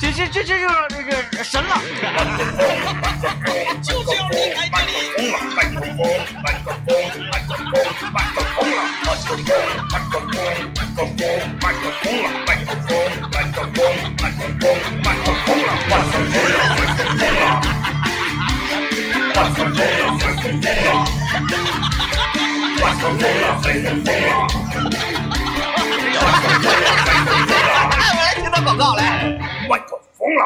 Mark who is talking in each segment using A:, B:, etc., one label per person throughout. A: 这这这这就是这个神了。
B: 就是要离开这里。
A: 哎，我来听他广告来。
C: 麦克风了，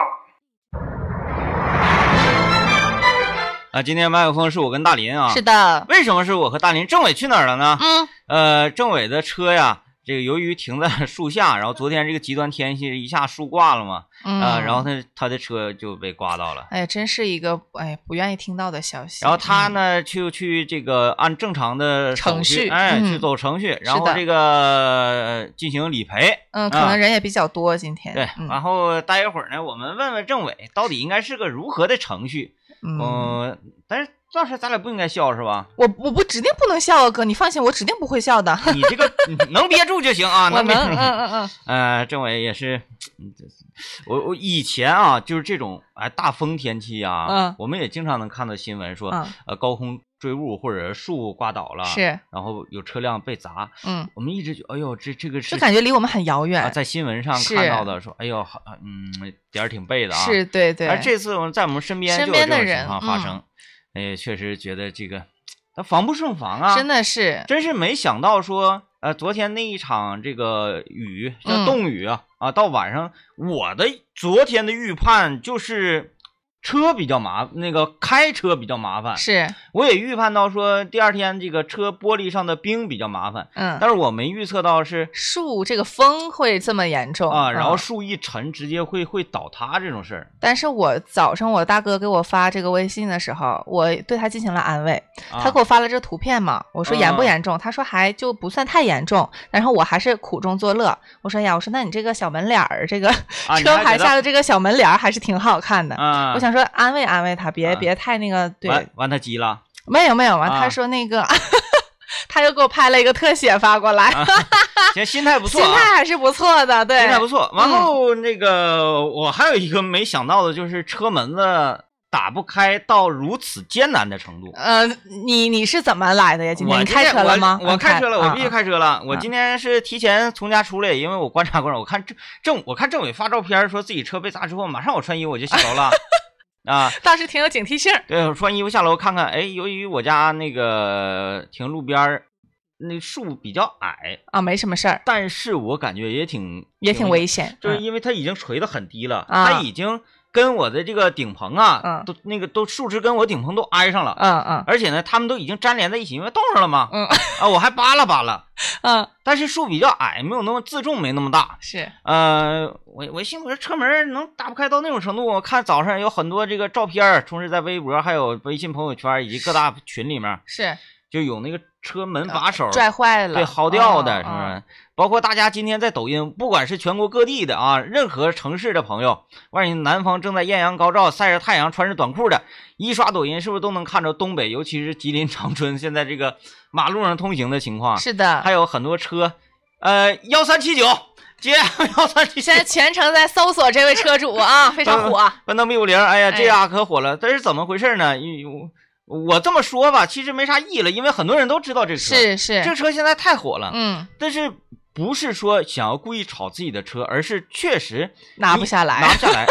A: 啊，今天麦克风是我跟大林啊。
D: 是。的，
A: 为什么是我和大林？政委去哪儿了呢？
D: 嗯，
A: 呃，政委的车呀，这个由于停在树下，然后昨天这个极端天气一下树挂了嘛，
D: 嗯
A: 啊、然后他他的车就被刮到了。
D: 哎呀，真是一个哎不愿意听到的消息。
A: 然后他
D: 嗯
A: 呢，就去这个按正常的手
D: 程
A: 续
D: 序
A: 哎，去
D: 嗯
A: 走程序，然后
D: 的
A: 这个呃进行理赔。
D: 嗯，可
A: 啊
D: 能人也比较多，今天
A: 对，啊
D: 嗯
A: 然后待一会儿呢，我们问问政委到底应该是个如何的程序。
D: 嗯，
A: 嗯，但是到时咱俩不应该笑是吧？
D: 我我不指定不能笑啊，哥，你放心，我指定不会 笑的。
A: 你这个你能憋住就行 啊，
D: 我
A: 能憋
D: 能，嗯
A: 住。
D: 嗯嗯，
A: 呃，政委也是，嗯这我我以前啊，就是这种哎大风天气啊，
D: 嗯
A: 我们也经常能看到新闻说，啊
D: 嗯
A: 呃高空坠物或者树刮倒了，，
D: 是，
A: 然后有车辆被砸，
D: 嗯，
A: 我们一直觉得，哎呦，这这个是
D: 就感觉离我们很遥
A: 啊，
D: 远。
A: 在新闻上
D: 是
A: 看到的，说，哎呦，好嗯，点儿挺背的啊。
D: 是，对对
A: 而。这次我们在我们身边
D: 身
A: 就有
D: 边
A: 这
D: 的
A: 种情
D: 人
A: 况发
D: 嗯
A: 生，哎，确实觉得这个他防不胜防啊，
D: 真的是，
A: 真是没想到说，呃，昨天那一场这个雨，像
D: 嗯
A: 冻雨啊，啊，到晚上，我的昨天的预判就是车比较麻，那个开车比较麻烦，
D: 是，
A: 我也预判到说第二天这个车玻璃上的冰比较麻烦，
D: 嗯
A: 但，是我没预测到是
D: 树这个风会这么严重
A: 啊，然后
D: 嗯
A: 树一沉直接会会倒塌这种事儿
D: 但是我早上我大哥给我发这个微信的时候，我对他进行了安慰。
A: 啊。嗯
D: 他给我发了这图片嘛，我说严不严重？他说还就不算太严重，然后我还是苦中作乐。我说呀，我说那你这个小门脸儿，这个
A: 啊你
D: 车
A: 还给
D: 牌
A: 他
D: 下的这个小门脸儿还是挺好看的。
A: 啊，
D: 我想说安慰安慰他，别、
A: 啊
D: 别太那个。对，
A: 完完他急了，
D: 没有没有完，
A: 啊
D: 他说那个， 他又给我拍了一个特写发过来，
A: 行，心啊态不
D: 心
A: 错啊。
D: 态还是不错的。对嗯
A: 心，态不错，然后那个我还有一个没想到的，就是车门子打不开到如此艰难的程度。
D: 呃，你你是怎么来的呀？今天
A: 我
D: 你
A: 今
D: 开车了吗？
A: 我我
D: 嗯
A: 开车了，我必须。
D: 啊啊
A: 开车了。我今天是提前从家出来，因为我观察观察，我看政政，我看政委发照片说自己车被砸之后，马上我穿衣服我就下楼了 啊。
D: 倒是挺有警惕性儿。
A: 对，我穿衣服下楼看看。哎，由于我家那个停路边儿，那树比较矮，
D: 啊，没什么事儿，
A: 但是我感觉也挺
D: 也挺危险。
A: 就是
D: 嗯
A: 因为它已经垂得很低了，
D: 啊
A: 它已经跟我的这个顶棚啊，
D: 嗯
A: 都那个都树枝跟我顶棚都挨上了，
D: 嗯嗯
A: 而且呢，它们都已经粘连在一起，因为冻上了嘛。
D: 嗯
A: 啊，我还扒拉扒拉，
D: 嗯，
A: 但是树比较矮，没有那么自重，没那么大。
D: 是
A: 呃，我我信我这车门能打不开到那种程度，我看早上有很多这个照片儿充斥在微博、还有微信朋友圈以及各大群里面，
D: 是，
A: 就有那个车门把手
D: 啊拽坏了，
A: 被薅掉的，
D: 哦
A: 是不是？包括大家今天在抖音，不管是全国各地的啊，任何城市的朋友，万一南方正在艳阳高照、晒着太阳、穿着短裤的，一刷抖音，是不是都能看着东北，尤其是吉林长春现在这个马路上通行的情况？
D: 哦是的
A: 还。有很多车，呃，幺三七九接幺三七九
D: 现。在全程在搜索这位车主啊，非常火。
A: 奔腾 B 五零，哎呀，这
D: 哎
A: 下可火了！这是怎么回事呢？因为我我这么说吧，其实没啥意义了，因为很多人都知道这车，
D: 是是，
A: 这车现在太火了。
D: 嗯，
A: 但是不是说想要故意炒自己的车，而是确实
D: 拿不下来
A: 拿不下来。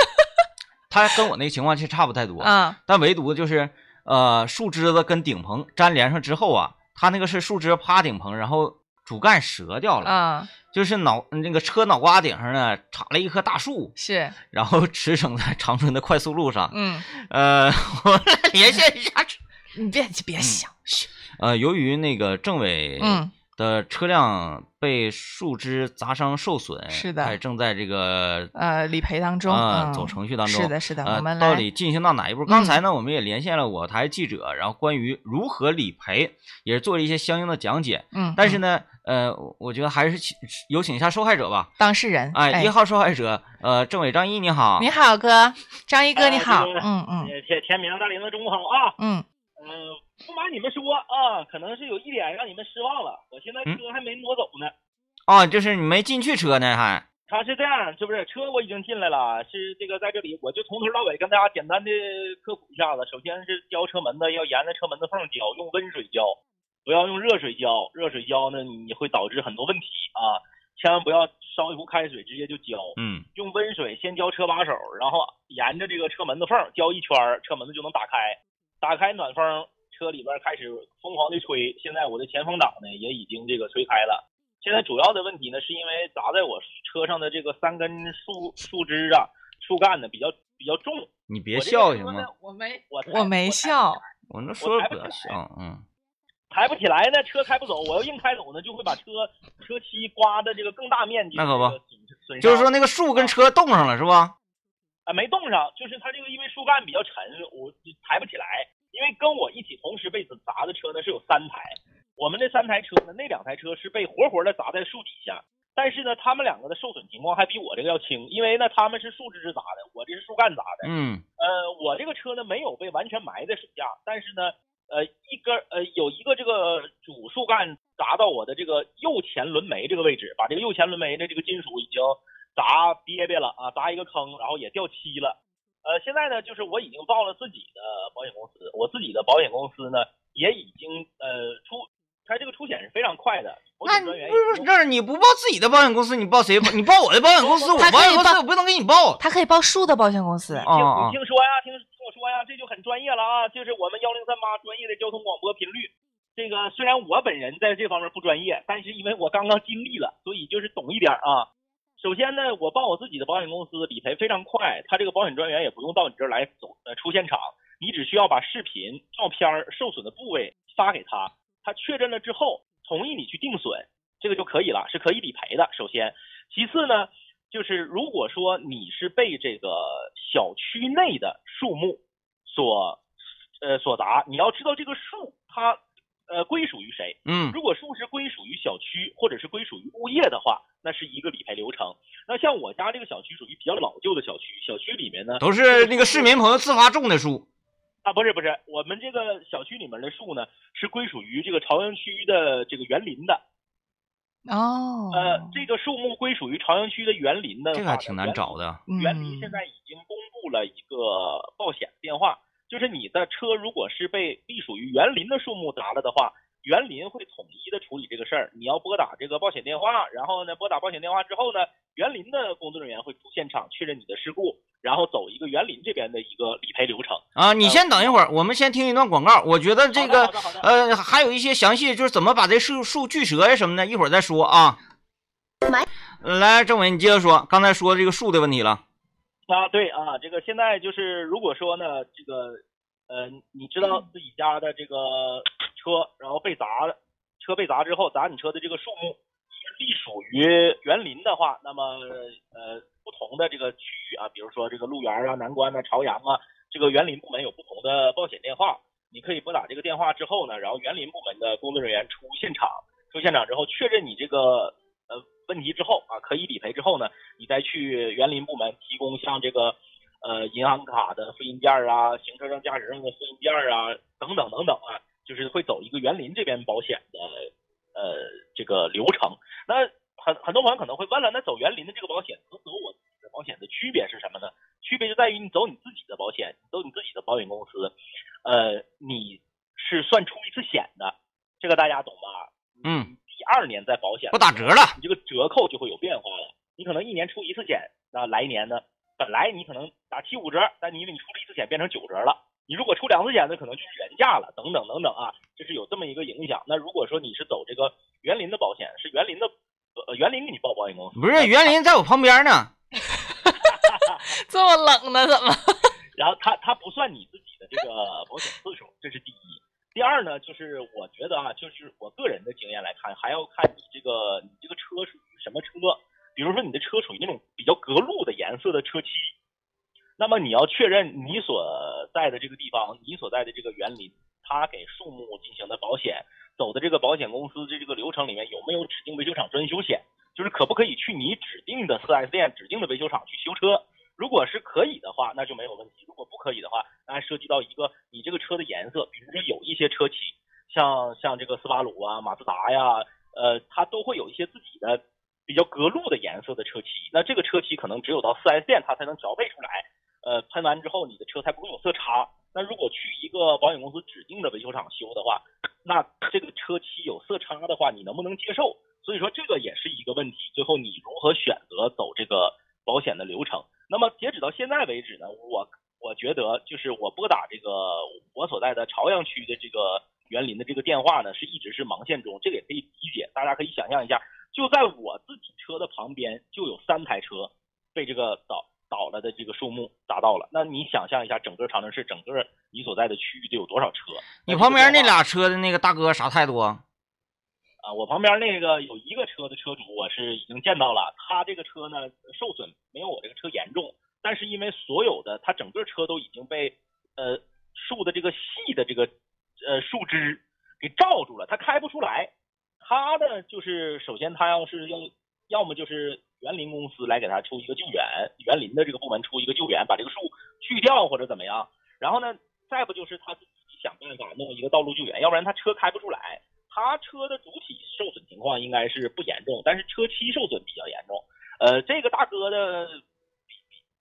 A: 他跟我那个情况其实差不太多，
D: 嗯
A: 但唯独就是呃树枝子跟顶棚粘连上之后啊，他那个是树枝趴顶棚，然后主干折掉了，
D: 嗯，
A: 就是脑那个车脑瓜顶上呢插了一棵大树，
D: 是，
A: 然后驰骋在长春的快速路上。
D: 嗯，
A: 呃， 我来连线一下车，
D: 你别你别想，嘘
A: 呃，由于那个政委
D: 嗯，
A: 的车辆被树枝砸伤受损，
D: 是的
A: 还正在这个
D: 呃，理赔当中，
A: 呃
D: 嗯
A: 走程序当中。
D: 是的，是的，
A: 呃
D: 我们
A: 到
D: 来，嗯
A: 底进行到哪一步？刚才呢，我们也连线了我台记者，然后关于如何理赔，也是做了一些相应的讲解。
D: 嗯，
A: 但是
D: 嗯
A: 呢，呃，我我觉得还是请有请一下受害者吧。
D: 当事人，
A: 哎，一，号受害者，呃，政委张一，你好。
D: 你好，哥，张一哥
B: 哎
D: 你好，
B: 这个
D: 嗯嗯
B: 呃天天明大林子中午好啊，
D: 嗯，
B: 嗯、不瞒你们说啊，可能是有一点让你们失望了，我现在车还没挪走呢。
A: 哦，就是你没进去车呢，还
B: 他是这样，是不是？车我已经进来了，是这个在这里，我就从头到尾跟大家简单的科普一下子。首先是浇车门的，要沿着车门的缝浇，用温水浇，不要用热水浇。热水浇呢，你会导致很多问题啊，千万不要烧一壶开水直接就浇。
A: 嗯
B: 用温水先浇车把手，然后沿着这个车门的缝儿浇一圈儿，车门子就能打开。打开暖风，车里边开始疯狂的吹。现在我的前风挡呢也已经这个吹开了。现在主要的问题呢，是因为砸在我车上的这个三根树树枝啊、树干呢比较比较重。
A: 你
B: 我
A: 别
B: 这个
A: 笑
B: 车
A: 行
B: 呢
A: 吗？？
B: 我没我抬
D: 我没
B: 抬
D: 笑，
A: 我那说
B: 抬
A: 不
B: 不
A: 要
B: 起
A: 笑，嗯
B: 抬不起来呢，车开不走。我要硬开走呢，就会把车车漆刮的这个更大面积的
A: 那可不
B: 这个损损伤。
A: 就是说那个树跟车冻上了是吧？
B: 啊，没冻上，就是它这个因为树干比较沉，我就抬不起来。因为跟我一起同时被砸的车呢是有三台，我们这三台车呢，那两台车是被活活的砸在树底下，但是呢，他们两个的受损情况还比我这个要轻，因为呢他们是树枝砸的，我这是树干砸的。
A: 嗯
B: 呃，我这个车呢没有被完全埋在水下，但是呢，呃，一根儿呃有一个这个主树干砸到我的这个右前轮眉这个位置，把这个右前轮眉的这个金属已经砸瘪瘪了啊，砸一个坑，然后也掉漆了。呃，现在呢，就是我已经报了自己的保险公司，我自己的保险公司呢也已经呃出，它这个出险是非常快的，保
A: 那你
B: 险专员
A: 不
B: 也
A: 是
B: 提供
A: 这你不报自己的保险公司，你报谁？你报我的保险公司，我
D: 他
A: 保
D: 可
A: 险
D: 以
A: 公司
D: 报
A: 我不能给你报。
D: 他可以报树的保险公司。
A: 哦哦
B: 你听你听说呀，听听我说呀，这就很专业了啊，就是我们幺零三八专业的交通广播频率。这个虽然我本人在这方面不专业，但是因为我刚刚经历了，所以就是懂一点儿啊。首先呢，我报我自己的保险公司理赔非常快，他这个保险专员也不用到你这儿来走呃出现场，你只需要把视频、照片儿、受损的部位发给他，他确认了之后同意你去定损，这个就可以了，是可以理赔的。首先，其次呢，就是如果说你是被这个小区内的树木所呃所砸，你要知道这个树它呃归属于谁。
A: 嗯
B: 如果树是归属于小区或者是归属于物业的话，那是一个理赔流程。那像我家这个小区属于比较老旧的小区，小区里面呢
A: 都是那个市民朋友自发种的树。
B: 啊，不是不是，我们这个小区里面的树呢是归属于这个朝阳区的这个园林的。
D: 哦，
B: 呃，这个树木归属于朝阳区的园林的话
A: 这
B: 呢，
A: 个还挺难
B: 园
A: 找的。
B: 园林现
D: 嗯
B: 在已经公布了一个报险电话，就是你的车如果是被隶属于园林的树木砸了的话，园林会统一的处理这个事儿。你要拨打这个报险电话，然后呢，拨打报险电话之后呢，园林的工作人员会出现场确认你的事故，然后走一个园林这边的一个理赔流程。
A: 啊，你
B: 呃
A: 先等一会儿，我们先听一段广告。我觉得这
B: 好
A: 个
B: 的好的好的
A: 呃，还有一些详细，就是怎么把这树树锯折呀什么的，一会儿再说啊。来，政委，你接着说，刚才说这个树的问题了。
B: 啊，对啊，这个现在就是如果说呢，这个呃，你知道自己家的这个车，然后被砸了，车被砸之后砸你车的这个树木是隶属于园林的话，那么呃不同的这个区域啊，比如说这个路园啊、南关啊、朝阳啊，这个园林部门有不同的报险电话，你可以拨打这个电话之后呢，然后园林部门的工作人员出现场，出现场之后确认你这个呃问题之后啊，可以理赔之后呢。你再去园林部门提供像这个呃银行卡的复印件儿啊、行车证、驾驶证的复印件儿啊等等等等啊，就是会走一个园林这边保险的呃这个流程。那很很多朋友可能会问了，那走园林的这个保险和走我自己的保险的区别是什么呢？区别就在于你走你自己的保险，你走你自己的保险公司，呃，你是算出一次险的，这个大家懂吧？
A: 嗯，
B: 第二年再保险
A: 不打折了。
B: 你这个折扣就会有变化了。你可能一年出一次险，那来年呢，本来你可能打七五折，但你因为你出了一次险变成九折了。你如果出两次险，那可能就是原价了，等等等等啊，这是有这么一个影响。那如果说你是走这个园林的保险，是园林的，呃，园林给你报保险公司，
A: 不是，园林在我旁边呢。
D: 这么冷呢，怎么？
B: 然后它它不算你自己的这个保险次数，这是第一。第二呢，就是我觉得啊，就是我个人的经验来看，还要看你这个你这个车属于什么车。比如说你的车属于那种比较隔路的颜色的车漆，那么你要确认你所在的这个地方，你所在的这个园林，它给树木进行的保险走的这个保险公司的这个流程里面有没有指定维修厂专修险，就是可不可以去你指定的 4S 店、指定的维修厂去修车。如果是可以的话，那就没有问题；如果不可以的话，那还涉及到一个你这个车的颜色，比如说有一些车漆，像像这个斯巴鲁啊、马自达呀，呃，它都会有一些自己的比较隔路的颜色的车漆。那这只有到 4S 店它才能调配出来。呃，喷完之后你的车才不会有色差。那如果去一个保险公司指定的维修厂修的话，那这个车漆有色差的话，你能不能接受？所以说这个也是一个问题，最后你如何选择走这个保险的流程？那么截止到现在为止呢，我我觉得就是我拨打这个我所在的朝阳区的这个园林的这个电话呢，是一直是忙线中，这个也可以理解。大家可以想象一下，就在我自己车的旁边就有三台车被这个倒倒了的这个树木砸到了。那你想象一下，整个长春市整个你所在的区域得有多少车？
A: 你旁边那俩车的那个大哥啥态度啊？
B: 啊，我旁边那个有一个车的车主，我是已经见到了，他这个车呢呃受损没有我这个车严重，但是因为所有的他整个车都已经被呃树的这个细的这个呃树枝给罩住了，他开不出来。他呢就是首先他要是要要么就是园林公司来给他出一个救援，园林的这个部门出一个救援，把这个树锯掉或者怎么样。然后呢，再不就是他自己想办法弄一个道路救援，要不然他车开不出来。他车的主体受损情况应该是不严重，但是车漆受损比较严重。呃，这个大哥的比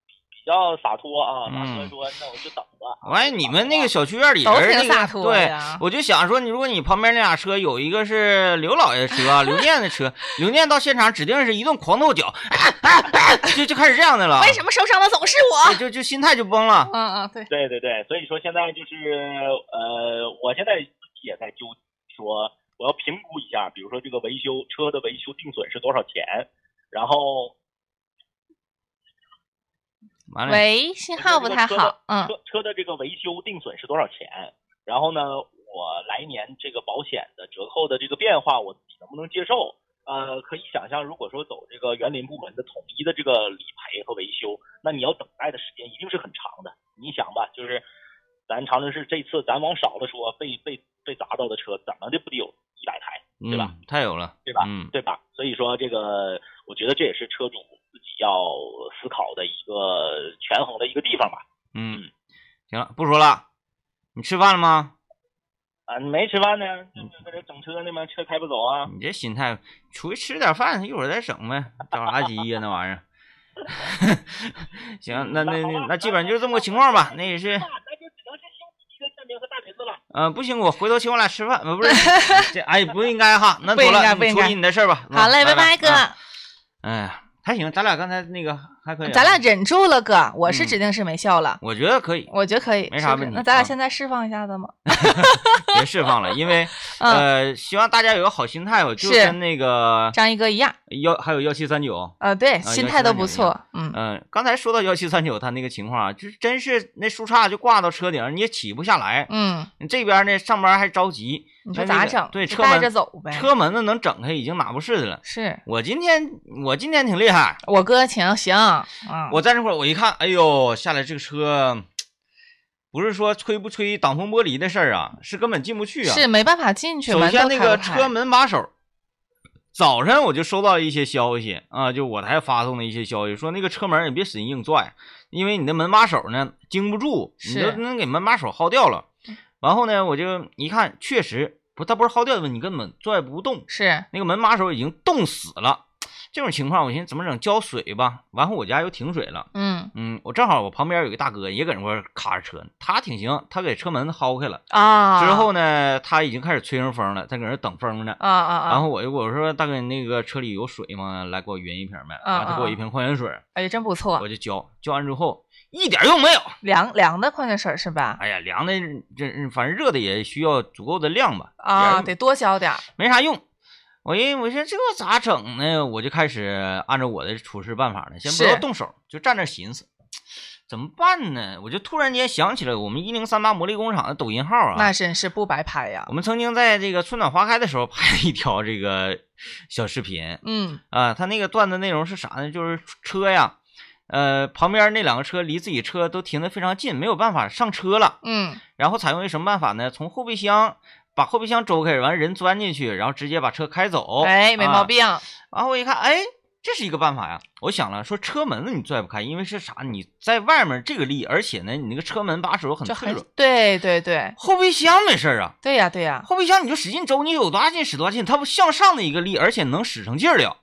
B: 比比较洒脱啊，大哥说：“那我就等吧。”
A: 完、
B: 了，
A: 你们那个小区院里人
D: 都
A: 儿
D: 挺
A: 那个
D: 洒脱的
A: 对
D: 呀，
A: 我就想说，你如果你旁边那俩车有一个是刘老爷的 车，刘念的车，刘念到现场指定是一顿狂跺脚，啊就就开始这样的了，
D: 为什么受伤的总是
A: 对
D: 我？
A: 就就心态就崩了。
D: 嗯嗯，对，
B: 对对对，所以说现在就是呃，我现在自己也在纠说，我要评估一下，比如说这个维修车的维修定损是多少钱，然后
A: 完了，
D: 喂，信号不太好，嗯
B: 车车的这个维修定损是多少钱？然后呢，我来年这个保险的折扣的这个变化，我自己能不能接受？呃，可以想象，如果说走这个园林部门的统一的这个理赔和维修，那你要等待的时间一定是很长的。你想吧，就是咱长春市这次，咱往少了说，被被被砸到的车，怎么的不得有一百台，对吧
A: 嗯，太有了，
B: 对吧？
A: 嗯，
B: 对吧？所以说这个，我觉得这也是车主自己要思考的一个权衡的一个地方吧。
A: 嗯，行了，不说了，你吃饭了吗？
B: 啊，你没吃饭呢，这不在这整车呢吗？车开不走啊。
A: 你这心态，出去吃点饭，一会儿再整呗，着啥急呀、那玩意儿。 行，那那那那基本上就是这么个情况吧。那也是，嗯、
B: 那就只能是星期一的证明和大侄子了。
A: 呃不辛苦，回头请我俩吃饭，呃不 是，这哎不应该哈。那
D: 不
A: 妥
D: 应该
A: 了，
D: 不
A: 你
D: 应
A: 处
D: 该
A: 理你的事儿吧。
D: 好嘞，拜
A: 拜
D: 拜，哥，
A: 啊哎呀，还行，咱俩刚才那个还可以啊。
D: 咱俩忍住了，哥，我是
A: 嗯
D: 指定是没效了，
A: 我觉得可以，
D: 我觉得可以，
A: 没啥
D: 是不是
A: 问题
D: 那咱俩
A: 啊
D: 现在释放一下子嘛，
A: 别释放了，因 为
D: 嗯
A: 呃，希望大家有个好心态哦，就是跟那个
D: 张一哥一样，
A: 幺还有幺七三九。
D: 呃，对，
A: 啊
D: 心
A: 原
D: 态
A: 先
D: 都
A: 那
D: 不
A: 啊个一样
D: 错，嗯，
A: 嗯，刚才说到幺七三九，他那个情况啊，就是真是那树杈就挂到车顶儿，你也起不下来。
D: 嗯，
A: 你这边呢，上班还着急，
D: 你说
A: 那那
D: 咋
A: 个
D: 整？
A: 对，
D: 就
A: 车
D: 带着
A: 门
D: 走呗。
A: 车门子能整开已经哪不是的了。
D: 是
A: 我今天我今天挺厉害，
D: 我哥请行，嗯，
A: 我在那块儿我一看，哎呦，下来这个车，不是说吹不吹挡风玻璃的事儿啊，是根本进不去啊。
D: 是没办法进去，
A: 首
D: 门
A: 先
D: 都
A: 那
D: 开
A: 个
D: 不
A: 车
D: 开。
A: 门把手，早上我就收到一些消息啊，就我台发送的一些消息，说那个车门也别使劲硬拽，因为你的门把手呢经不住，你
D: 是嗯
A: 就能给门把手薅掉了。然后呢，我就一看，确实不，它不是薅掉的问题，你根本拽不动，
D: 是
A: 那个门把手已经冻死了。这种情况，我寻思怎么整？浇水吧。完后我家又停水了，
D: 嗯
A: 嗯，我正好我旁边有个大哥也搁那块儿卡着车呢，他挺行，他给车门薅开了。
D: 啊，
A: 之后呢，他已经开始吹上风了，在搁那儿等风呢。
D: 啊啊
A: 然
D: 啊，
A: 后我就我说大哥，你那个车里有水吗？来给我匀一瓶呗。
D: 嗯
A: 然后他给我
D: 嗯
A: 一瓶矿泉水儿，
D: 哎呀，真不错，
A: 我就浇，浇完之后一点用没有。
D: 凉凉的矿泉水是吧？
A: 哎呀，凉的这嗯反正热的也需要足够的量吧，
D: 啊，
A: 也
D: 得多消点儿。
A: 没啥用。我一我说这咋整呢？我就开始按照我的处事办法呢，先不要
D: 是
A: 动手，就站那儿寻思怎么办呢？我就突然间想起了我们一零三八魔力工厂的抖音号啊，
D: 那真是不白拍呀
A: 我。们曾经在这个春暖花开的时候拍了一条这个小视频
D: 嗯
A: 啊，他那个段子内容是啥呢？就是车呀，呃，旁边那两个车离自己车都停得非常近，没有办法上车了。
D: 嗯，
A: 然后采用一什么办法呢？从后备箱把后备箱周开，完人钻进去，然后直接把车开走。
D: 哎，没毛
A: 啊。
D: 病。
A: 然后我一看，哎，这是一个办法呀。我想了，说车门子你拽不开，因为是啥？你在外面这个力，而且呢，你那个车门把手很
D: 就
A: 脆
D: 很
A: 弱。
D: 对对对
A: 后备箱没事儿啊，
D: 对呀对呀，
A: 后备箱你就使劲周，你有多大劲使多大劲，它不向上的一个力，而且能使上劲儿了。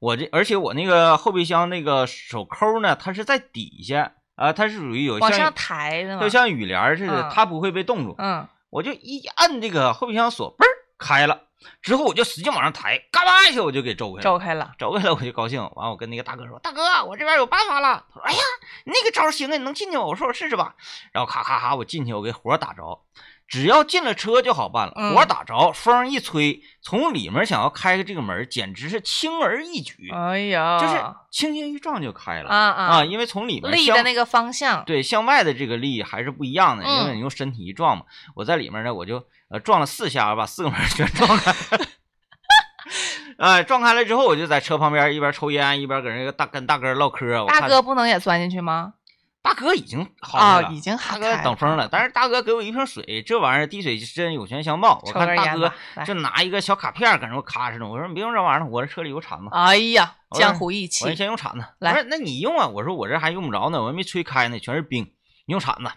A: 我这而且我那个后备箱那个手抠呢，它是在底下啊、它是属于有
D: 往
A: 像
D: 上抬的嘛
A: 就。像雨帘儿似的，
D: 嗯
A: 它不会被冻住。
D: 嗯，
A: 我就一按这个后备箱锁，嘣儿开了，之后我就使劲往上抬，嘎巴一下我就给周开了。
D: 周开了。
A: 周开了我就高兴，完我跟那个大哥说：“大哥，我这边有办法了。”他说：“哎呀，你那个招儿行啊，你能进去吗？”我说：“我试试吧。”然后咔咔咔，我进去，我给火打着，只要进了车就好办了。
D: 嗯
A: 火打着，风一吹，从里面想要开开这个门，简直是轻而易举，
D: 哎呀，
A: 就是轻轻一撞就开了
D: 啊啊，
A: 因为从里面
D: 力
A: 向
D: 的那个方向。
A: 对，向外的这个力还是不一样的，因为
D: 嗯
A: 你用身体一撞嘛。我在里面呢，我就呃撞了四下，把四个门儿 全撞开了。哎，撞开了之后，我就在车旁边一边抽烟，一边搁那个大跟大哥唠嗑。啊我
D: 大
A: 看
D: 哥不能也钻进去吗？
A: 大哥已经好
D: 啊、
A: 了，
D: 已经
A: 大
D: 好
A: 哥
D: 开
A: 等风了。但是大哥给我一瓶水，这玩意儿滴水之恩有泉相报。我
D: 抽根
A: 看大
D: 烟
A: 哥
D: 吧，来
A: 就拿一个小卡片儿搁那咔哧呢，我说你别用这玩意儿，我这车里有铲子。
D: 哎呀，
A: 我说
D: 江湖义气
A: 我说，先用铲子。
D: 来
A: 我说那你用啊？我说我这还用不着呢，我还没吹开呢，全是冰。你用铲子。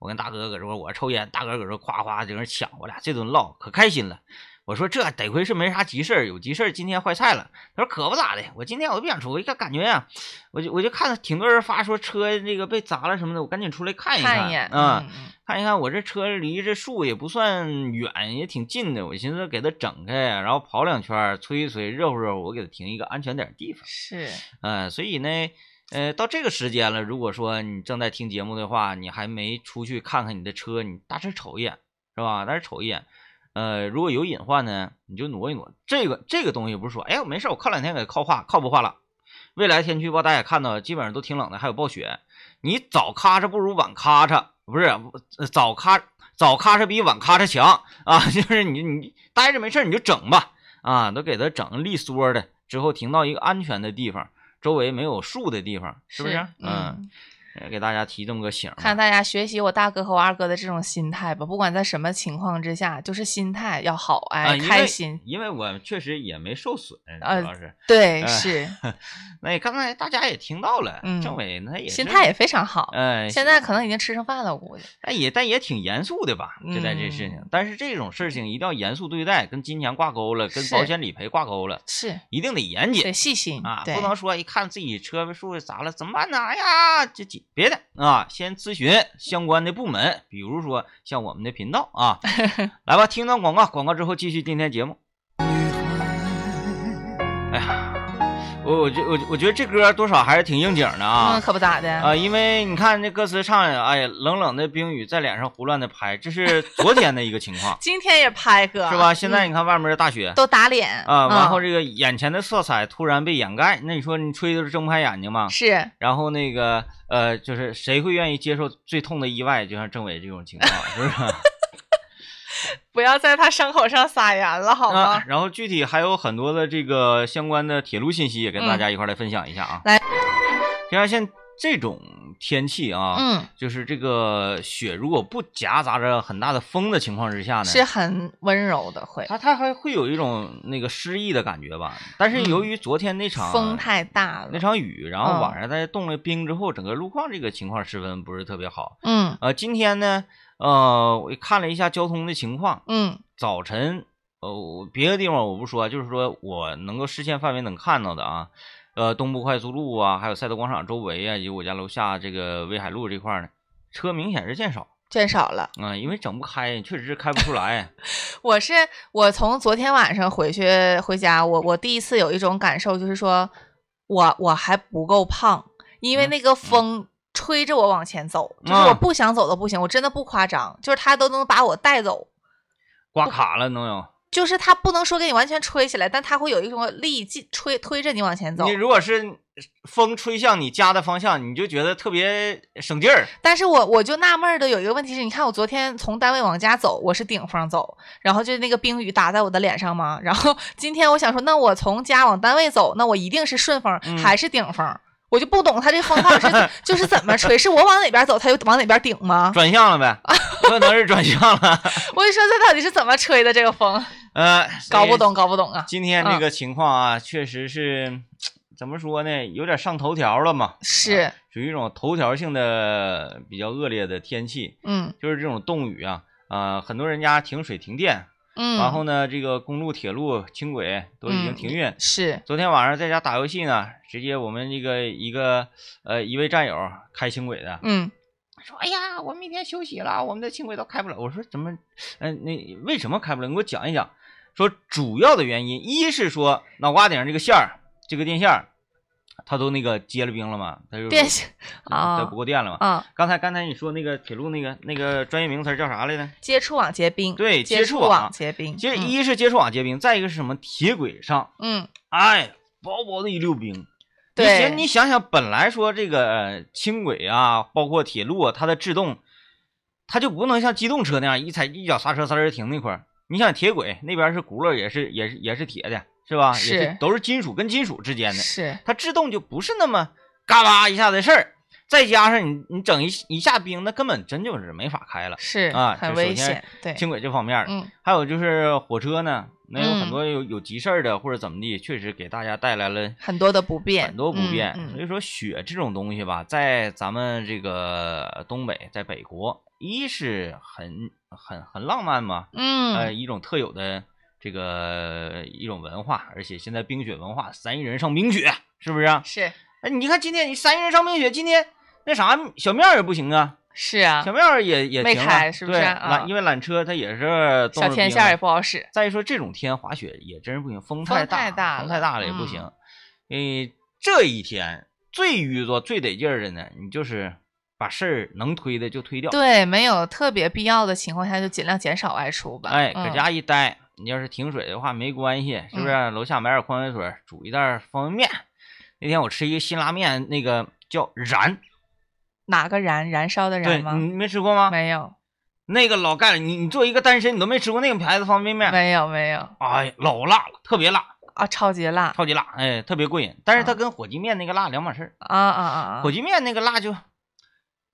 A: 我跟大哥搁这块儿，我抽烟，大哥搁这夸夸搁那抢，我俩这顿唠可开心了。我说这得亏是没啥急事儿，有急事儿今天坏菜了。他说可不咋的，我今天我都不想出，我一看感觉呀、我就我就看挺多人发说车那个被砸了什么的，我赶紧出来看一
D: 看一眼，
A: 啊、
D: 嗯，嗯
A: 看一看我这车离这树也不算远，也挺近的，我寻思给它整开，然后跑两圈儿，吹一吹，热乎热乎，我给它停一个安全点儿地方。
D: 是，
A: 嗯，所以呢，呃，到这个时间了，如果说你正在听节目的话，你还没出去看看你的车，你大致瞅一眼，是吧？大致瞅一眼。呃，如果有隐患呢，你就挪一挪。这个这个东西不是说，哎呀，没事儿，我靠两天给靠化，靠不化了。未来天气预报大家也看到，基本上都挺冷的，还有暴雪。你早咔嚓不如晚咔嚓，不是呃早咔早咔嚓比晚咔嚓强啊！ 就是你你待着没事儿你就整吧啊，都给它整利索的，之后停到一个安全的地方，周围没有树的地方，是不是？嗯，
D: 嗯，
A: 呃给大家提这么个醒儿吧。
D: 看大家学习我大哥和我二哥的这种心态吧，不管在什么情况之下，就是心态要好，
A: 啊，
D: 哎，
A: 因
D: 开
A: 为
D: 心，
A: 因为我确实也没受损，主
D: 呃
A: 要是。
D: 对，
A: 哎
D: 是，
A: 那刚才大家也听到了，
D: 嗯
A: 政委他也
D: 心
A: 是
D: 态也非常好。
A: 哎，
D: 现在可能已经吃上饭了，我估计。
A: 但哎也但也挺严肃的吧，对待这事情。
D: 嗯
A: 但是这种事情一定要严肃对待，跟金钱挂钩了，跟
D: 是
A: 保险理赔挂钩了，
D: 是，
A: 一定得严
D: 对，
A: 谨
D: 细心
A: 啊，
D: 嗯对
A: 不能说一看自己车被树砸了怎么办呢？哎呀，这几别的啊，先咨询相关的部门，比如说像我们的频道啊。来吧，听段广告，广告之后继续今天节目。哎呀，我我觉我我觉得这歌多少还是挺应景的啊。
D: 嗯，可不咋的。
A: 啊，因为你看这歌词唱的，哎呀，冷冷的冰雨在脸上胡乱的拍，这是昨天的一个情况
D: ，今天也拍哥，
A: 是吧？现在
D: 嗯
A: 你看外面的大雪
D: 都打脸
A: 啊，然后
D: 嗯
A: 这个眼前的色彩突然被掩盖，那你说你吹的是睁不开眼睛吗？
D: 是
A: 然后那个呃，就是谁会愿意接受最痛的意外？就像政委这种情况， 是不是？
D: 不要在他伤口上撒盐了，好吗
A: 啊？，然后具体还有很多的这个相关的铁路信息也跟大
D: 嗯
A: 家一块儿来分享一下啊。
D: 来，
A: 像现这种天气啊，
D: 嗯，
A: 就是这个雪如果不夹杂着很大的风的情况之下呢，
D: 是很温柔的，会
A: 它它还会有一种那个诗意的感觉吧。但是由于昨天那场、
D: 嗯风太大
A: 那
D: 了。
A: 场雨，然后
D: 嗯
A: 晚上再冻了冰之后，整个路况这个情况十分不是特别好。
D: 嗯
A: 呃，今天呢，呃，我看了一下交通的情况，
D: 嗯
A: 早晨，呃，我别的地方我不说，就是说我能够视线范围能看到的啊，呃，东部快速路啊，还有赛德广场周围啊，以及我家楼下这个威海路这块儿呢，车明显是见少，
D: 见少了。
A: 啊、因为整不开，确实是开不出来，
D: 我是我从昨天晚上回去回家，我我第一次有一种感受，就是说我我还不够胖，因为
A: 嗯
D: 那个风吹着我往前走，就是我
A: 嗯
D: 不想走都不行，我真的不夸张，就是他都能把我带走。
A: 刮卡了能有？
D: 就是他不能说给你完全吹起来，但他会有一种力劲吹推着你往前走
A: 你。如果是风吹向你家的方向，你就觉得特别省劲儿，
D: 但是我我就纳闷儿的有一个问题是，你看我昨天从单位往家走，我是顶风走，然后就那个冰雨打在我的脸上嘛。 然后今天我想说，那我从家往单位走，那我一定是顺风
A: 嗯
D: 还是顶风？我就不懂他这风到底是 就是怎么吹，是我往哪边走，他就往哪边顶 吗？
A: 转向了呗，
D: 啊
A: 可能是转向了，
D: 我就说这到底是怎么吹的这个风，
A: 呃，
D: 搞不
A: 所以
D: 懂，搞不懂啊！
A: 今天这个情况啊，确实是怎么说呢，有点上头条了嘛，
D: 是，
A: 属于一种头条性的比较恶劣的天气，
D: 嗯
A: 就是这种冻雨啊，呃，很多人家停水停电，
D: 嗯，
A: 然后呢，这个公路、铁路、轻轨都已经
D: 嗯
A: 停运。
D: 是
A: 昨天晚上在家打游戏呢，直接我们这个一个呃一位战友开轻轨的，
D: 嗯
A: 说：“哎呀，我明天休息了，我们的轻轨都开不了。”我说：“怎么？嗯、那为什么开不了？你给我讲一讲。”说主要的原因，一是说脑瓜顶上这个线儿，这个电线儿，它都那个结了冰了嘛，它就
D: 电线
A: 它
D: 啊
A: 不够电了嘛。
D: 啊，
A: 刚才刚才你说那个铁路那个那个专业名词叫啥来着？
D: 接触网结冰，
A: 对
D: 接
A: 接
D: 触
A: 触网
D: 结冰，
A: 其实
D: 嗯
A: 一是接触网结冰，再一个是什么？铁轨上，
D: 嗯
A: 哎，薄薄的一溜冰。你
D: 对
A: 想你想想，本来说这个呃轻轨啊，包括铁路啊，它的制动，它就不能像机动车那样一踩一脚刹车三轮停那块儿。你想铁轨那边是轱辘，也是也是也是铁的，是吧？也
D: 是
A: 是都是金属跟金属之间的，
D: 是
A: 它制动就不是那么嘎巴一下的事儿。再加上你你整一一下冰，那根本真就是没法开了。
D: 是
A: 啊
D: 很
A: 就
D: 危
A: 首先
D: 险，对，
A: 轻轨这方面儿，
D: 嗯
A: 还有就是火车呢，那有
D: 嗯
A: 很多有有急事儿的或者怎么地，确实给大家带来了
D: 很多的不便，
A: 很多不
D: 嗯
A: 便。
D: 嗯
A: 所以说雪这种东西吧，在咱们这个东北，在北国，一是很很很浪漫嘛，呃，
D: 嗯，
A: 一种特有的这个一种文化，而且现在冰雪文化，三亿人上冰雪，是不是、啊？
D: 是
A: 哎，你看今天你三亿人上冰雪，今天那啥小庙也不行啊，
D: 是啊
A: 小，庙也也
D: 没
A: 停
D: 开
A: 了
D: 是不是
A: 对
D: 啊
A: 缆因为缆车它也是冻
D: 小
A: 着
D: 天
A: 冰
D: 线儿
A: 了
D: 也不好使，
A: 再说这种天滑雪也真是不行，风
D: 风
A: 太大，
D: 太
A: 风
D: 大了
A: 太大了也不行。嗯、这一天最淤着、最得劲儿的呢，你就是把事儿能推的就推掉，
D: 对，没有特别必要的情况下就尽量减少外出吧，
A: 哎，搁
D: 嗯
A: 家一待，你要是停水的话没关系，是不是？楼下买点矿泉水，煮一袋方便面。那天我吃一个辛拉面，那个叫燃，
D: 哪个燃燃烧的
A: 对嗯
D: 燃吗？
A: 你没吃过吗？
D: 没有，
A: 那个老盖了，你你作为一个单身，你都没吃过那个牌子方便面，
D: 没有，没有
A: 哎呀，老辣了，特别辣，
D: 啊，超级辣
A: 超级辣，哎，特别过瘾。但是它
D: 啊
A: 跟火鸡面那个辣两码事儿。
D: 啊啊啊
A: 火
D: 啊！
A: 鸡面那个辣就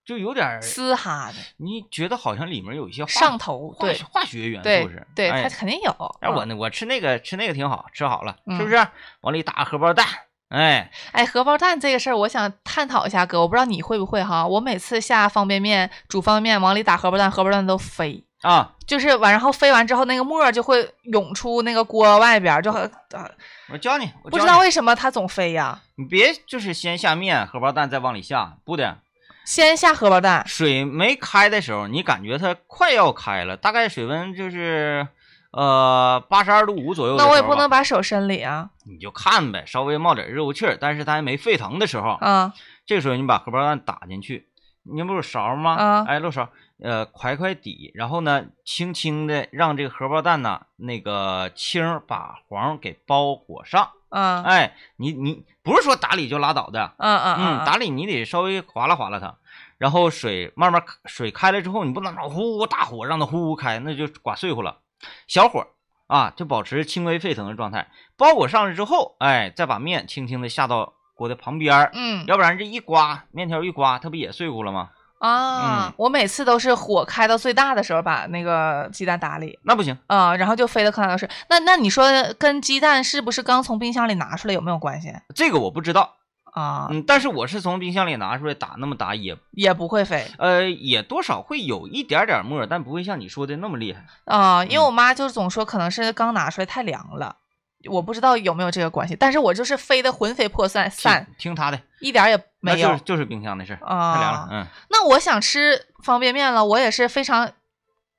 A: 就有点儿，
D: 嘶哈的
A: 你觉得好像里面有一些化
D: 上头，
A: 化
D: 对
A: 学化学元素
D: 对
A: 是，
D: 对，
A: 哎
D: 它肯定有。
A: 哎，我
D: 嗯
A: 呢，我吃那个吃那个挺好，吃好了
D: 嗯
A: 是不是？往里打个荷包蛋，哎，
D: 哎，荷包蛋这个事儿，我想探讨一下哥，我不知道你会不会哈。我每次下方便面煮方便面，往里打荷包蛋，荷包蛋都飞，
A: 啊，
D: 就是完然后飞完之后，那个沫儿就会涌出那个锅外边儿，就很、呃
A: 我教你，我
D: 不
A: 教
D: 知道
A: 你，
D: 为什么它总飞呀。
A: 你别就是先下面荷包蛋再往里下，不的，
D: 先下荷包蛋，
A: 水没开的时候，你感觉它快要开了，大概水温就是呃八十二度五左右的
D: 那我
A: 时
D: 也
A: 候
D: 不能
A: 吧，
D: 把手伸里啊
A: 你就看呗，稍微冒点肉气儿，但是它还没沸腾的时候
D: 啊！
A: 这个时候你把荷包蛋打进去，你不有勺吗？
D: 啊
A: 哎，漏勺，呃，快快底，然后呢，轻轻的让这个荷包蛋呐，那个青儿把黄给包裹上。
D: 啊
A: 哎，你你不是说打理就拉倒的，
D: 啊啊
A: 嗯，
D: 啊！
A: 打理你得稍微划拉划拉它，然后水慢慢水开了之后，你不能老呼呼大火让它呼呼开，那就刮碎乎了。小火啊，就保持轻微沸腾的状态。包裹上了之后，哎，再把面轻轻的下到锅的旁边儿，
D: 嗯
A: 要不然这一刮面条一刮，它不也碎乎了吗？
D: 啊
A: 嗯！
D: 我每次都是火开到最大的时候把那个鸡蛋打里
A: 那不行，
D: 啊，然后就飞得可大都是。那那你说跟鸡蛋是不是刚从冰箱里拿出来有没有关系
A: 这个我不知道。
D: 啊？
A: 嗯，但是我是从冰箱里拿出来打，那么打也
D: 也不会飞
A: 呃也多少会有一点点沫儿，但不会像你说的那么厉害。
D: 啊，因
A: 嗯
D: 为我妈就总说可能是刚拿出来太凉了。我不知道有没有这个关系，但是我就是飞得魂飞魄散，散
A: 听听他的，
D: 一点儿也
A: 那
D: 没有
A: 就是就是冰箱的事儿，
D: 啊。
A: 太凉了。嗯，
D: 那我想吃方便面了，我也是非常，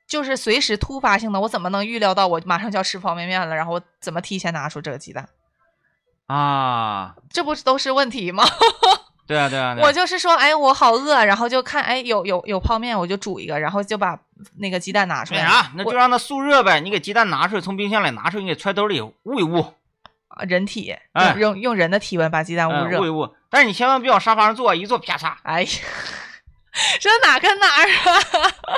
D: 就是随时突发性的，我怎么能预料到我马上就要吃方便面了？然后我怎么提前拿出这个鸡蛋？
A: 啊，
D: 这不是都是问题吗？
A: 对啊，对啊，对啊
D: 我就是说，哎，我好饿，然后就看，哎，有有有泡面，我就煮一个，然后就把那个鸡蛋拿出
A: 那
D: 来。
A: 啥，啊那就
D: 我
A: 让它速热呗。你给鸡蛋拿出来，从冰箱里拿出来，你给揣兜里捂一捂，
D: 啊人体
A: 哎
D: 用用用人的体温把鸡蛋捂
A: 嗯
D: 热
A: 捂一。捂。但是你千万别往沙发上坐，一坐啪 嚓，
D: 哎呀，这哪跟哪儿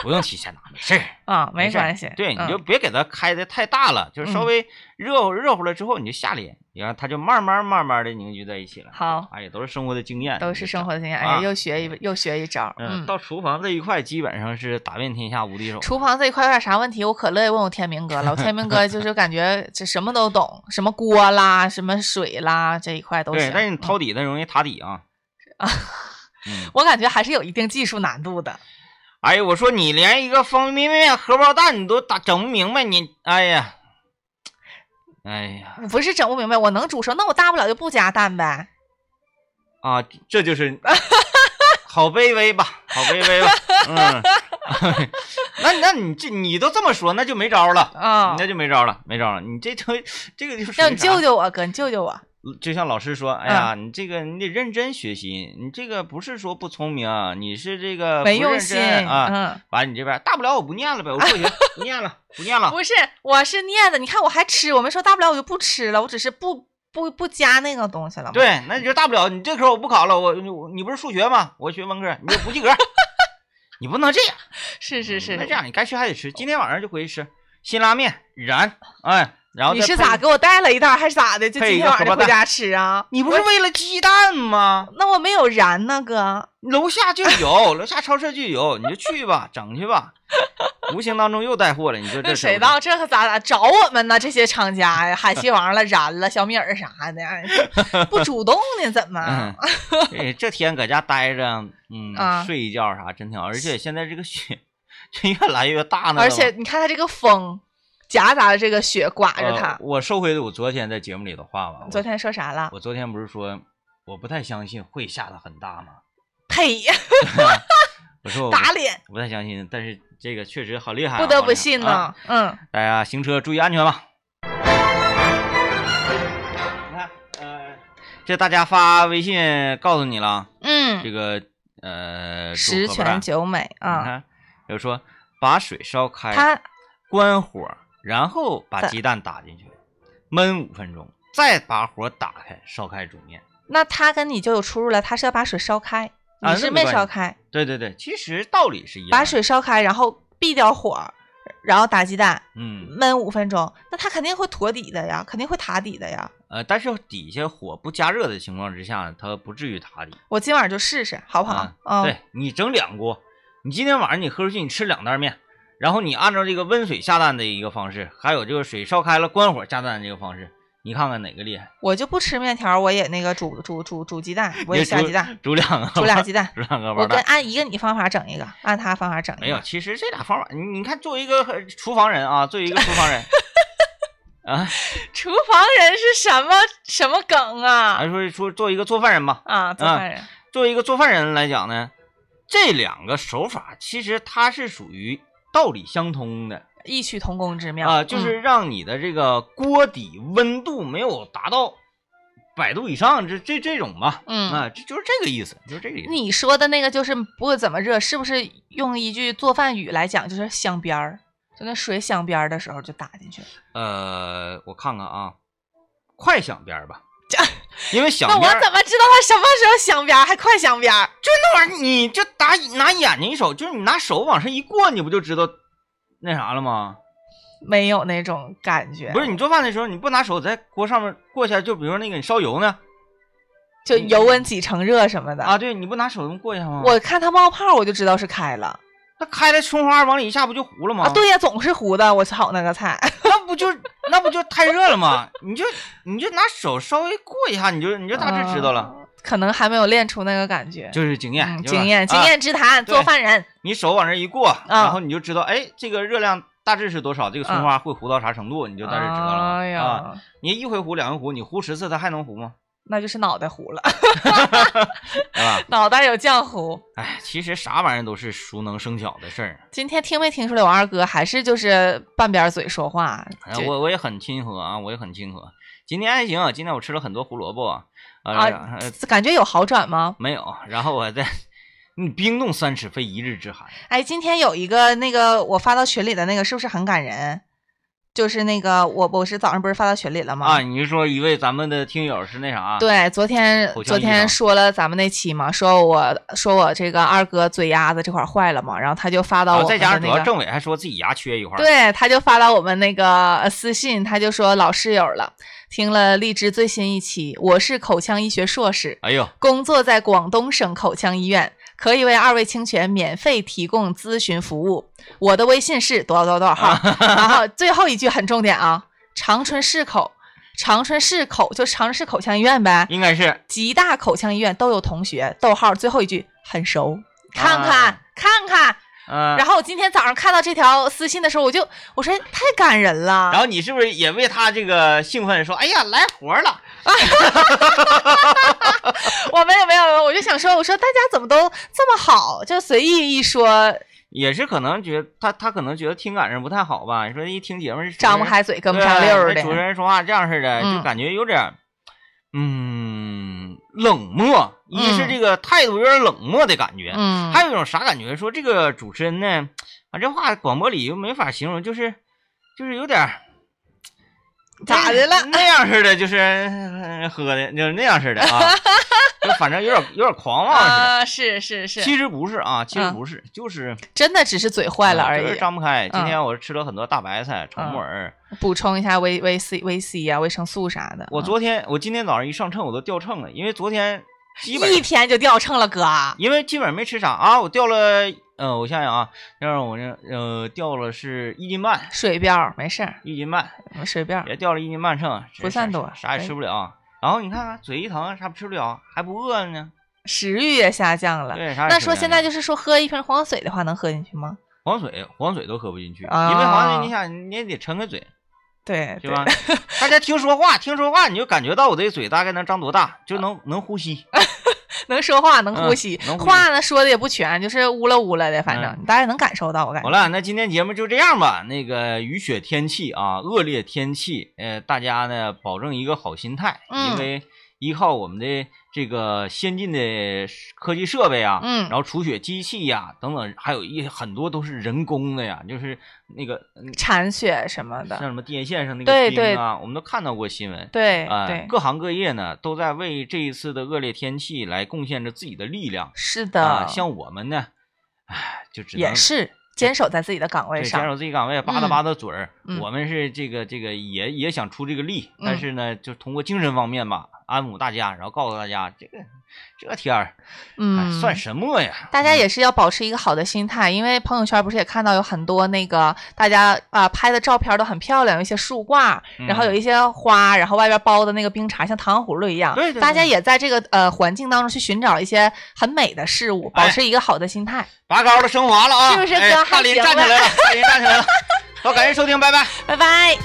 A: 不用提前拿，没事儿。
D: 啊？啊，没
A: 事儿
D: 关系。
A: 对，你
D: 嗯
A: 就别给它开的太大了，就是稍
D: 嗯
A: 微热乎热乎了之后，你就下脸，然后它就慢慢慢慢的凝聚在一起了。
D: 好
A: 哎呀，都是生活的经验，
D: 都是生活。的经验。哎
A: 啊
D: 呀，又学一又学一招。
A: 嗯，到厨房这一块基本上是打遍天下无敌手。
D: 厨房这一块有点啥问题，我可乐意问我天明哥了。我天明哥就是感觉这什么都懂，什么锅啦，什么水啦这一块都
A: 对
D: 行，。
A: 但是你
D: 嗯
A: 掏底它容易塌底啊。
D: 啊
A: 嗯，
D: 我感觉还是有一定技术难度的。
A: 哎呀，我说你连一个方便面、荷包蛋你都打整不明白，你哎呀，哎呀
D: 我不是整不明白，我能煮熟，那我大不了就不加蛋呗。
A: 啊，这就是 好卑微吧，好卑微吧，嗯， 那那你这你都这么说，那就没招了，
D: 啊、
A: 那就没招了，没招了，你这就这个就是
D: 让你嗯救救我，哥，你救救我。
A: 就像老师说，哎呀，你这个你得认真学习，你这个不是说不聪明，啊你是这个呃
D: 没
A: 不认
D: 用心
A: 真啊。
D: 嗯，
A: 完了，你这边大不了我不念了呗，我辍学， 不念了，不念了。
D: 不是，我是念的。你看，我还吃，我没说大不了我就不吃了，我只是不不不加那个东西了嘛。
A: 对，那你就大不了你这科我不考了，我你我你不是数学吗？我学文科，你就不及 格，你不能这样，
D: 是是是
A: 那，这样你该吃还得吃，今天晚上就回去吃辛拉面，燃，哎，然后
D: 你
A: 再
D: 是
A: 配
D: 咋给我带了一袋儿还是咋的？就
A: 配一
D: 今天
A: 个
D: 晚
A: 荷
D: 上就
A: 包
D: 回
A: 蛋
D: 家吃啊？
A: 你不是为了鸡蛋吗？
D: 那我没有燃呢，哥。
A: 楼下就有，楼下超市就有，你就去吧，整去吧。无形当中又带货了，你说这
D: 那
A: 是
D: 谁
A: 不
D: 知道这可咋咋找我们呢？这些厂家呀，海西王了、燃了、小米儿啥 的，不主动呢，怎么
A: 嗯？，这这天搁家待着，嗯，
D: 啊
A: 睡一觉啥真挺好。而且现在这个雪，这越来越大呢。
D: 而且你看他这个风，夹杂着这个雪刮
A: 呃
D: 着他。
A: 我收回我昨天在节目里的话嘛，我
D: 昨天说啥了？
A: 我昨天不是说我不太相信会下的很大吗？
D: 呸！
A: 我说我不
D: 打脸，
A: 我不太相信，但是这个确实好厉害啊、
D: 不得
A: 好厉
D: 不
A: 害
D: 信
A: 啊
D: 呢。嗯，
A: 大家行车注意安全吧。你看，呃，这大家发微信告诉你了，这
D: 嗯，
A: 个呃，
D: 十
A: 煮荷包蛋
D: 全九美
A: 你
D: 啊。
A: 看，有说把水烧开，
D: 他
A: 关火，然后把
D: 对
A: 鸡蛋打进去，焖五分钟，再把火打开，烧开煮面。
D: 那他跟你就有出入了，他是要把水烧开，
A: 啊
D: 你是
A: 那没
D: 没
A: 关系
D: 烧开，
A: 对对对，其实道理是一样的。
D: 把，水烧开，然后避掉火，然后打鸡蛋，
A: 嗯
D: 焖五分钟，那它肯定会坨底的呀，肯定会塌底的呀。
A: 呃，但是底下火不加热的情况之下，它不至于塌底。
D: 我今晚就试试，好不好
A: 啊？，
D: 嗯，
A: 对你整两锅，你今天晚上你喝出去，你吃两袋面，然后你按照这个温水下蛋的一个方式，还有这个水烧开了关火下蛋的这个方式，你看看哪个厉害？
D: 我就不吃面条，我也那个煮煮煮煮鸡蛋，我也
A: 你就
D: 下
A: 煮
D: 鸡蛋，
A: 煮两个，。
D: 煮俩，鸡蛋
A: 煮两个
D: 我
A: 包
D: 跟
A: 蛋。
D: 按一个你方法整一个，按他方法整一个。
A: 没有，其实这俩方法，你你看，作为一个呃厨房人啊，作为一个厨房人啊，
D: 厨房人是什么什么梗啊？
A: 还说说作为一个做饭人吧，
D: 啊，做饭人，
A: 作为一个做饭人来讲呢，这两个手法其实它是属于道理相通的。
D: 异曲同工之妙
A: 啊，
D: 嗯
A: 就是让你的这个锅底温度没有达到百度以上，这这这种吧，
D: 嗯。嗯
A: 啊，这就是这个意思，就是这个意思。
D: 你说的那个就是不会怎么热，是不是用一句做饭语来讲，就是香边儿，就那水香边儿的时候就打进去。
A: 呃，我看看啊，快想边儿吧，因为想
D: 啊那
A: 边
D: 我
A: 儿
D: 怎么知道他什么时候想边儿，还快想边儿？
A: 那玩意儿，你就打拿眼睛一手，就是你拿手往上一过，你不就知道那啥了吗？
D: 没有那种感觉，
A: 不是你做饭的时候，你不拿手在锅上面过下，就比如说那个你烧油呢，
D: 就油温几成热什么的。
A: 啊，对，你不拿手这么过一下吗？
D: 我看它冒泡，我就知道是开了
A: 那开了葱花往里一下，不就糊了吗？
D: 啊！对呀，总是糊的，我炒那个菜。
A: 那不就那不就太热了吗？你就你就拿手稍微过一下，你就你就大致知道了，
D: 嗯可能还没有练出那个感觉。
A: 就是经验，
D: 嗯
A: 对吧
D: 经验，经
A: 啊
D: 验之谈，
A: 对
D: 做饭人。
A: 你手往这一过，
D: 啊
A: 然后你就知道，哎，这个热量大致是多少，这个葱花会糊到啥程度，你就大致知道了。
D: 啊
A: 啊，
D: 哎呀，
A: 你一回糊，两回糊，你糊十次它还能糊吗？
D: 那就是脑袋 糊了，
A: 对吧？
D: 脑袋有浆糊。
A: 哎，其实啥玩意儿都是熟能生巧的事儿。
D: 今天听没听出来，我二哥还是就是半边嘴说话。
A: 哎
D: 就
A: 我我也很亲和啊，我也很亲和。今天还行啊，今天我吃了很多胡萝卜啊，呃
D: 啊
A: 呃，
D: 感觉有好转吗？
A: 没有，然后我再，你冰冻三尺非一日之寒。
D: 哎，今天有一个那个我发到群里的那个，是不是很感人？就是那个我我是早上不是发到群里了吗？
A: 啊，你是说一位咱们的听友是那啥？，啊
D: 对，昨天
A: 口腔
D: 昨
A: 异
D: 天
A: 常
D: 说了咱们那期嘛，说我说我这个二哥嘴牙子这块儿坏了嘛，然后他就发到
A: 然
D: 我
A: 后再
D: 们
A: 加
D: 的
A: 上主要
D: 那个，
A: 政委还说自己牙缺一块儿，
D: 对，他就发到我们那个呃私信，他就说老室友了，听了荔枝最新一期，我是口腔医学硕士，
A: 哎呦，
D: 工作在广东省口腔医院，可以为二位清泉免费提供咨询服务。我的微信是多少多少多 少号，然后最后一句很重点啊，长春市口。长春市口就长春市口腔医院呗，
A: 应该是
D: 吉大口腔医院都有同学。逗号最后一句很熟，看看、
A: 啊
D: 看看，
A: 嗯，
D: 然后我今天早上看到这条私信的时候，我就我说太感人了，
A: 然后你是不是也为他这个兴奋，说哎呀来活了？
D: 我没有没有，没有我就想说，我说大家怎么都这么好，就随意一说
A: 也是可能觉得他他可能觉得听感上不太好吧？你说一听节目，
D: 张不开嘴，跟不
A: 对哎
D: 上溜儿
A: 那主持
D: 的。
A: 人说话这样似的，
D: 嗯
A: 就感觉有点儿，嗯，冷漠。一是
D: 嗯
A: 这个态度有点冷漠的感觉，
D: 嗯，
A: 还有一种啥感觉？说这个主持人呢，啊，这话广播里又没法形容，就是就是有点儿哎
D: 咋的了？
A: 那样似的，就是呃喝的，就是那样似的 啊，就反正有点有点狂妄似的。
D: 啊，是是是，
A: 其实不是啊，其实
D: 嗯
A: 不是，就是
D: 真的只是嘴坏了
A: 啊
D: 而
A: 就是
D: 已。
A: 张不开。今
D: 嗯
A: 天我吃了很多大白菜、炒木
D: 嗯
A: 耳。
D: 补充一下维维 C 维 C 啊，维生素啥的。
A: 我
D: 嗯
A: 昨天，我今天早上一上秤，我都掉秤了，因为昨天基本
D: 一天就掉秤了，哥。
A: 因为基本上没吃啥啊，我掉了，呃，我想想啊，让我这呃掉了是一斤半，
D: 水标没事儿，嗯
A: 一斤半，
D: 水标
A: 也掉了一斤半秤，
D: 不算多
A: 啥啥也吃不了。然后你看看嘴一疼，啥也吃不了，还不饿呢。
D: 食欲也下降了。
A: 对，啥也吃
D: 那
A: 不
D: 说
A: 了
D: 现在就是说喝一瓶黄水的话，能喝进去吗？
A: 黄水，黄水都喝不进去，
D: 啊
A: 因为黄水你想你也得撑开嘴，
D: 对，
A: 对
D: 对
A: 吧？大家听说话，听说话你就感觉到我这嘴大概能张多大，就能能呼吸。
D: 能说话，能呼
A: 嗯
D: 吸，
A: 能呼吸嗯
D: 话呢说的也不全，就是乌了乌了的，反正、大家能感受到，我感
A: 好
D: 觉。
A: 了，那今天节目就这样吧。那个雨雪天气啊，恶劣天气，呃，大家呢保证一个好心态，
D: 嗯
A: 因为依靠我们的这个先进的科技设备啊，
D: 嗯
A: 然后除雪机器呀、等等，还有一很多都是人工的呀，就是那个嗯
D: 铲雪什么
A: 像
D: 的，
A: 什么电线上那
D: 对
A: 个钉啊，
D: 对
A: 我们都看到过新闻。
D: 对、
A: 啊、
D: 对，
A: 各行各业呢都在为这一次的恶劣天气来贡献着自己的力量
D: 是的，
A: 啊、像我们呢，唉，就只能
D: 也是坚守在自己的岗位
A: 对，坚
D: 上。
A: 守自己岗位，吧嗒
D: 嗯
A: 吧嗒嘴儿。
D: 嗯
A: 我们是这个这个也也想出这个力，
D: 嗯
A: 但是呢，就通过精神方面吧，安抚大家，然后告诉大家这个这天儿、哎
D: 嗯，
A: 算什么呀？
D: 大家
A: 嗯
D: 也是要保持一个好的心态，因为朋友圈不是也看到有很多那个大家啊、拍的照片都很漂亮，有一些树挂，然
A: 嗯
D: 后有一些花，然后外边包的那个冰碴像糖葫芦一样。
A: 对对对
D: 大家也在这个呃环境当中去寻找一些很美的事物，保
A: 哎
D: 持一个好的心态。
A: 拔高了升华了啊！
D: 是不是
A: 哎
D: 哥
A: 大林
D: 还行
A: 站起
D: 吧
A: 来了，大林站起来了。好，感谢收听，拜拜。
D: 拜拜。